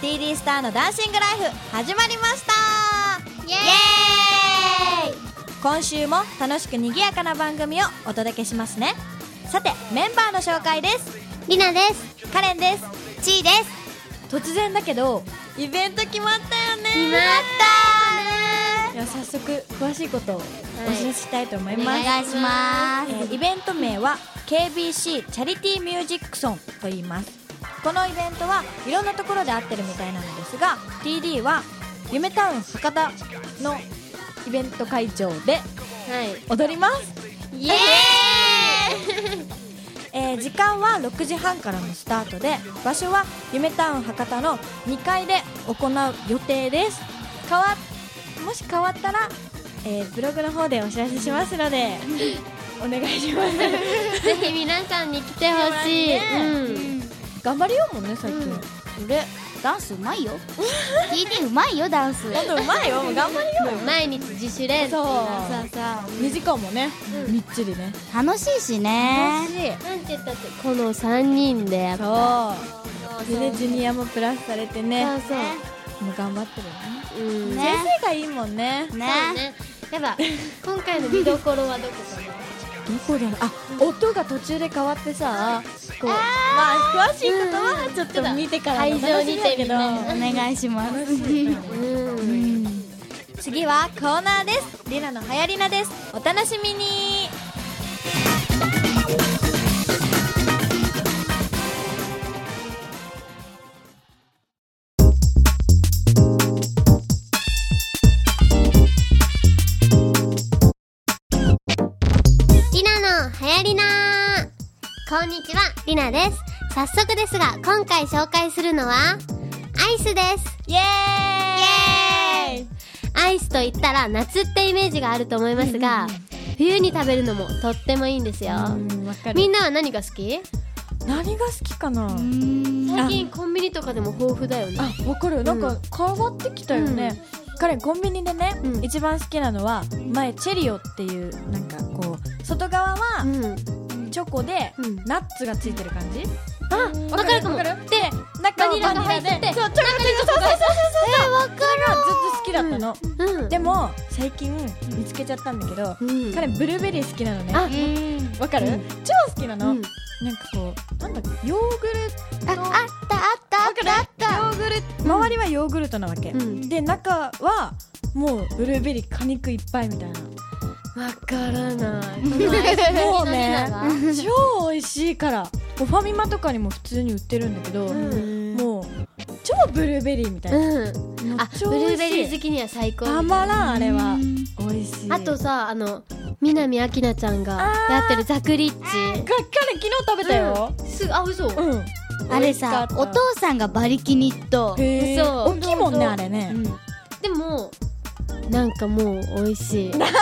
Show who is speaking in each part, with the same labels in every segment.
Speaker 1: TD スターのダンシングライフ始まりました
Speaker 2: イエーイ
Speaker 1: 今週も楽しく賑やかな番組をお届けしますねさてメンバーの紹介です
Speaker 2: りなです
Speaker 1: カレンです
Speaker 2: ちーです
Speaker 1: 突然だけどイベント決まったよね
Speaker 2: 決まった
Speaker 1: いや早速詳しいことをお知らせしたいと思います、
Speaker 2: お願いしま
Speaker 1: えーイベント名は KBC チャリティーミュージックソンと言いますこのイベントはいろんなところで会ってるみたいなのですが TD は夢タウン博多のイベント会場です
Speaker 2: はい
Speaker 1: 踊ります、
Speaker 2: イエ
Speaker 1: えー時間は6時半からのスタートで場所は夢タウン博多の2階で行う予定です変わもし変わったら、えーブログの方でお知らせしますの でお願いします
Speaker 2: ーイぜひ皆さんに来てほしい、
Speaker 1: 来てもらっ
Speaker 2: うん
Speaker 1: 頑張りようもんね最近、
Speaker 2: うん
Speaker 1: 俺
Speaker 3: ダンスうまいよ TD うまいよダンス
Speaker 1: 本当うまいよもう頑張りようよ
Speaker 2: 毎日自主練
Speaker 1: そう
Speaker 3: さあさ
Speaker 1: 2時間もね、
Speaker 2: うん
Speaker 1: みっちりね
Speaker 3: あ楽しいしね
Speaker 1: しい
Speaker 2: なんて言ったってこの三人でやっぱ
Speaker 1: そう
Speaker 2: そう
Speaker 1: でねジュニアもプラスされてね
Speaker 2: そうそう
Speaker 1: もう頑張ってるよね
Speaker 2: うん
Speaker 3: ね
Speaker 1: 先生がいいもんね
Speaker 3: ね
Speaker 2: そうねやっぱ今回の見どころはどこかな
Speaker 1: どこだろうあ音が途中で変わってさこうまあ詳しいことはちょっと見てからの
Speaker 2: 会場
Speaker 1: 楽し
Speaker 2: に
Speaker 1: み
Speaker 2: て
Speaker 1: だけ
Speaker 2: み
Speaker 1: ど
Speaker 2: たい
Speaker 3: お願いします
Speaker 2: うん
Speaker 1: 次はコーナーですリナのはやりなですお楽しみに
Speaker 2: リナの流行りなこんにちは、リナです。早速ですが、今回紹介するのは、アイスです。
Speaker 1: イエーイ
Speaker 2: アイスと言ったら夏ってイメージがあると思いますが、冬に食べるのもとってもいいんですよ。
Speaker 1: うんわかる
Speaker 2: みんなは何が好き
Speaker 1: 何が好きかな、
Speaker 2: 最近コンビニとかでも豊富だよね。
Speaker 1: あわかるなんか変わってきたよね、彼コンビニでね、
Speaker 2: うん
Speaker 1: 一番好きなのは前チェリオっていうなんかこう外側
Speaker 2: う
Speaker 1: は
Speaker 2: ん。
Speaker 1: チョコで
Speaker 2: うん
Speaker 1: ナッツがついてる感じ、
Speaker 2: あ、わかるかも。
Speaker 1: わ
Speaker 2: で、
Speaker 1: か
Speaker 2: え
Speaker 1: るで中は
Speaker 2: バニラが
Speaker 1: バニラで
Speaker 2: 入ってて
Speaker 1: そうチョコでそうそうそう
Speaker 2: ー、わか
Speaker 1: ずっと好きだったの、
Speaker 2: る。うん。
Speaker 1: でも最近見つけちゃったんだけど、
Speaker 2: うん
Speaker 1: 彼ブルーベリー好きなのね
Speaker 2: あ
Speaker 1: わかる、
Speaker 2: うん
Speaker 1: 超好きなの、
Speaker 2: う
Speaker 1: な
Speaker 2: ん
Speaker 1: んかこうなんだっけヨーグル
Speaker 2: あ、あ
Speaker 1: ト
Speaker 2: ったあったあったあった。
Speaker 1: ヨーグルト周りはヨーグルトなわけ、
Speaker 2: うん
Speaker 1: で中はもうブルーベリー果肉いっぱいみたいな
Speaker 2: わからない。
Speaker 1: もうね超美味しいからファミマとかにも普通に売ってるんだけど、
Speaker 2: うん
Speaker 1: もう超ブルーベリーみたいな、
Speaker 2: うん。
Speaker 1: もう
Speaker 2: あ、
Speaker 1: 超
Speaker 2: ブル
Speaker 1: 美
Speaker 2: ーベ
Speaker 1: 味
Speaker 2: リー
Speaker 1: し
Speaker 2: 好
Speaker 1: い
Speaker 2: きには最高。
Speaker 1: たまらんあれは美味しい
Speaker 2: あとさ、あの、南明菜ちゃんがやってるザクリッチ。
Speaker 1: がっかり昨日食べたよ、
Speaker 2: すぐ、あ、嘘。
Speaker 1: うん、
Speaker 3: あれさ
Speaker 1: 美味しか
Speaker 3: お
Speaker 1: った
Speaker 3: 父さんが馬力にと
Speaker 1: へー
Speaker 2: そう
Speaker 1: 大きいもんね
Speaker 2: そう
Speaker 1: あれね
Speaker 2: でも、なんかもう美味しい。定
Speaker 1: なん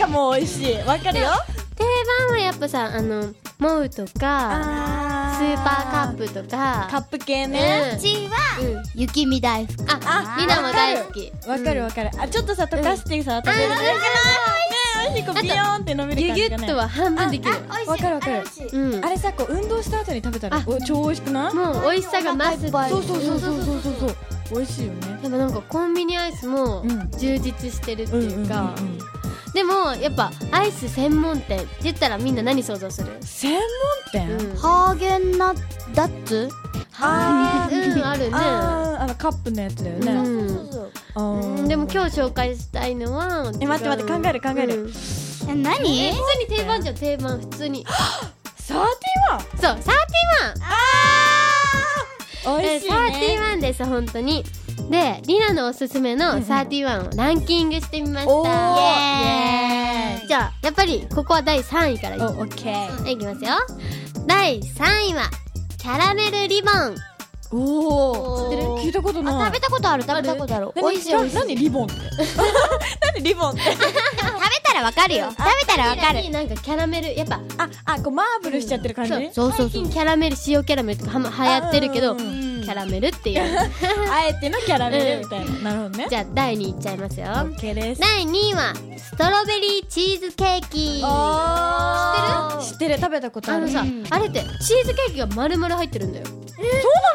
Speaker 1: かもう美味しいわかるよ
Speaker 2: 番はやっぱさ、あの、モウとか、ス
Speaker 1: あ
Speaker 2: ーパーカップとか。
Speaker 1: カップ系ね
Speaker 2: うん
Speaker 3: ちは
Speaker 2: うん。
Speaker 3: 雪見大福
Speaker 2: あ
Speaker 1: あ、
Speaker 2: リナも大好き。
Speaker 1: わかるわかるあちょっとさ溶かしてさ食べる
Speaker 2: あ
Speaker 1: ね
Speaker 2: ー
Speaker 1: 美味しいこうビヨーンって飲める
Speaker 2: ギュ
Speaker 1: 感
Speaker 2: ギ
Speaker 1: じ
Speaker 2: ュ
Speaker 1: がね
Speaker 2: ッとは半分できる。
Speaker 1: わかるわかる
Speaker 2: うん
Speaker 1: あ。れさこう運動した後に食べたら
Speaker 2: あ
Speaker 1: お超美味しくない
Speaker 2: もう美味しさが増す。
Speaker 1: そうそうそうそうそうそうそう美味しいよね
Speaker 2: でもなんかコンビニアイスも
Speaker 1: うん
Speaker 2: 充実してるって
Speaker 1: うんうん
Speaker 2: い
Speaker 1: うん
Speaker 2: うか、
Speaker 1: うん
Speaker 2: でもやっぱアイス専門店って言ったらみんな何想像する、
Speaker 1: 専門
Speaker 2: うん、う
Speaker 1: 店
Speaker 2: ん
Speaker 3: ハーゲンダッツ
Speaker 1: あー
Speaker 2: あるね
Speaker 1: あーあのカップのやつだよねあ
Speaker 2: う
Speaker 1: ー
Speaker 2: ん、でも今日紹介したいのは
Speaker 1: え待って待って考える考える
Speaker 2: うん普
Speaker 3: え何
Speaker 2: 通に定番じゃん定番普通に
Speaker 1: サー
Speaker 2: そうサーテ
Speaker 1: ティワン美
Speaker 2: ィワン
Speaker 1: 味しい
Speaker 2: サーティ
Speaker 1: ね
Speaker 2: ワンです本当にでリナのおすすめのサーティワンをランキングしてみました、
Speaker 1: おー
Speaker 3: イエーイ
Speaker 2: じゃあやっぱりここは第3位からいき
Speaker 1: おオッケー
Speaker 2: いきますよ第3位はキャラメルリボン
Speaker 1: おお
Speaker 2: 知ってる
Speaker 1: 聞いたことない
Speaker 3: 食べたことある食べたことある
Speaker 1: 何
Speaker 3: 美味しい美味しい
Speaker 1: な何リ ボンって何リボンって
Speaker 3: 食べたらわかるよ食べたらわかる
Speaker 2: になんかキャラメルやっぱ
Speaker 1: ああこうマーブルしちゃってる感じね
Speaker 3: そうそうそ
Speaker 2: 最
Speaker 3: う
Speaker 2: 近キャラメル塩キャラメルとかはま流行ってるけ
Speaker 1: う
Speaker 2: ど
Speaker 1: ん
Speaker 2: キ
Speaker 1: うん
Speaker 3: うん
Speaker 2: ャラメルっ ていう
Speaker 1: あえてのキャラメルみたいななるほどね
Speaker 2: じゃあ第2位いっちゃいますよ
Speaker 1: オッケーです
Speaker 2: 第2位はストロベリーチーズケーキあ
Speaker 1: おー
Speaker 2: 知
Speaker 1: 知ってる食べたことあ
Speaker 2: の
Speaker 1: る
Speaker 2: さ
Speaker 3: うん
Speaker 2: あれってチーズケーキが丸々入ってるんだよ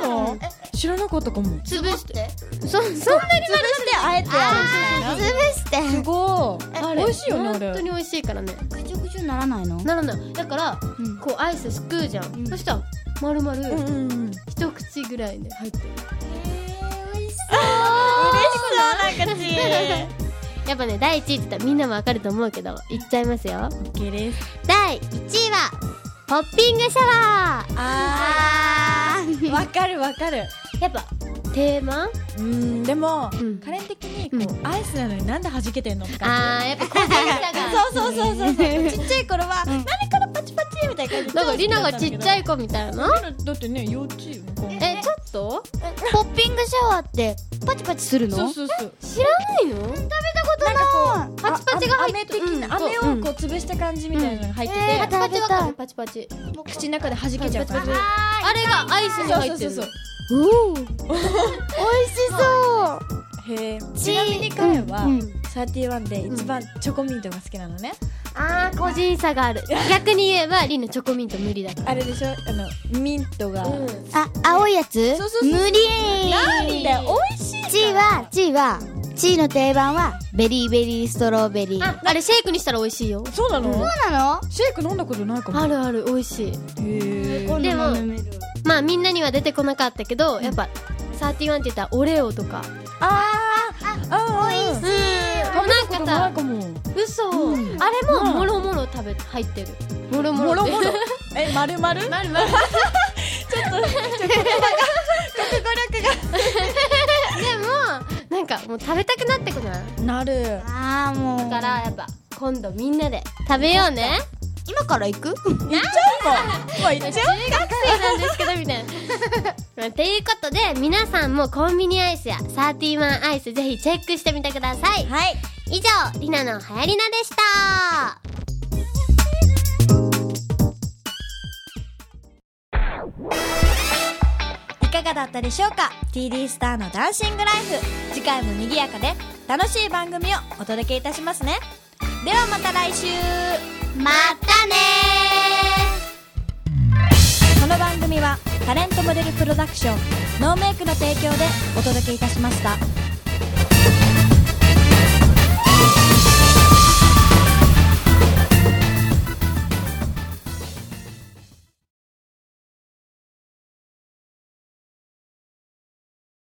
Speaker 1: そうなの知らなかったかも
Speaker 3: 潰して
Speaker 2: そそんなに
Speaker 1: 潰してあえて
Speaker 2: あー潰
Speaker 1: す
Speaker 2: して
Speaker 1: ごい
Speaker 3: あ
Speaker 1: 美味しいよねあ
Speaker 2: 本当
Speaker 1: れ
Speaker 2: に美味しいからね
Speaker 3: ぐちょぐちょならないの
Speaker 2: ならないだから
Speaker 1: うん
Speaker 2: こうアイスすくうじゃん、
Speaker 1: うん
Speaker 2: そしたら丸々
Speaker 1: うんうんうん
Speaker 2: 一口ぐらいで入ってる、
Speaker 1: 嬉しそうなんかち
Speaker 2: やっぱね第一位って言ったらみんなもわかると思うけどいっちゃいますよ
Speaker 1: OK です
Speaker 2: 第1位はポッピングシャワー
Speaker 1: あ
Speaker 2: あ
Speaker 1: ーわかるわかる
Speaker 2: やっぱ定番
Speaker 1: うんでも
Speaker 2: うん
Speaker 1: カレン的にこ
Speaker 2: う
Speaker 1: うアイスなのになんで弾けてんのって感
Speaker 2: あーやっぱ 個人差
Speaker 1: じ
Speaker 2: が
Speaker 1: そうそうそうそうそうちっちゃい頃は何からパチパチみたいな感じ
Speaker 2: なんかリナがちっちゃ
Speaker 1: い
Speaker 2: い子みたいな
Speaker 1: だってね幼稚園かな
Speaker 2: えちょっと
Speaker 3: ポッピングシャワーってパチパチするの
Speaker 1: そうそうそう
Speaker 2: 知らないの
Speaker 3: なんかこう
Speaker 2: パチパチが入っ
Speaker 1: 飴
Speaker 2: て
Speaker 1: 的
Speaker 2: る
Speaker 1: な飴をこう潰した感じみたいなのが入って
Speaker 3: えー
Speaker 1: て
Speaker 2: パチパチわか
Speaker 3: 食べた
Speaker 2: るパチパチ
Speaker 1: 口の中で弾けちゃう感じ
Speaker 2: あれがアイスに入
Speaker 1: そう
Speaker 2: って
Speaker 1: そうそ
Speaker 2: る
Speaker 1: う
Speaker 3: おお 美味しそう
Speaker 1: そうへえちなみに彼は
Speaker 3: うん
Speaker 1: 31で一番チョコミントが好きなのね
Speaker 2: あー個人差がある逆に言えばリナチョコミント無理だから
Speaker 1: あれでしょあのミントが
Speaker 3: あ青いやつ
Speaker 1: そうそうそう
Speaker 3: 無理
Speaker 1: なんで美味し
Speaker 3: チー
Speaker 1: いから
Speaker 3: はチーはチーの定番はベリーベリーストロベリー
Speaker 2: ああれシェイクにしたら美味しいよ
Speaker 1: そうなの
Speaker 3: うなの
Speaker 1: シェイク飲んだことないかも
Speaker 2: あるある美味しい
Speaker 1: へー
Speaker 2: でもまあみんなには出てこなかったけど、やっぱ31って言ったらオレオとか
Speaker 1: あーあ美味しい
Speaker 2: うんなんか
Speaker 1: ない
Speaker 2: さ
Speaker 1: かも
Speaker 2: 嘘、
Speaker 1: うん
Speaker 2: あれも
Speaker 1: うん
Speaker 2: もろもろ食べ入ってるもろ
Speaker 1: もろもろ
Speaker 2: ちょ
Speaker 1: えまるまるまる まるちょっとちょっと言葉が国語力
Speaker 2: っとなんかもう食べたくなってこない
Speaker 1: がなる
Speaker 3: ああも
Speaker 2: だ
Speaker 3: う
Speaker 2: からやっぱ今度みんなで食べようね
Speaker 3: 今から行く
Speaker 1: いっちゃう かもういっち
Speaker 2: 中
Speaker 1: ゃう
Speaker 2: 学生なんですけどみたいな まあていうことで皆さんもコンビニアイスやサーティワンアイスぜひチェックしてみてください
Speaker 1: はい
Speaker 2: 以上りなのはやりなでした
Speaker 1: いかがだったでしょうか TD スターのダンシングライフ次回も賑やかで楽しい番組をお届けいたしますねではまた来週
Speaker 2: またね
Speaker 1: この番組はタレントモデルプロダクションノーメイクの提供でお届けいたしました
Speaker 2: ー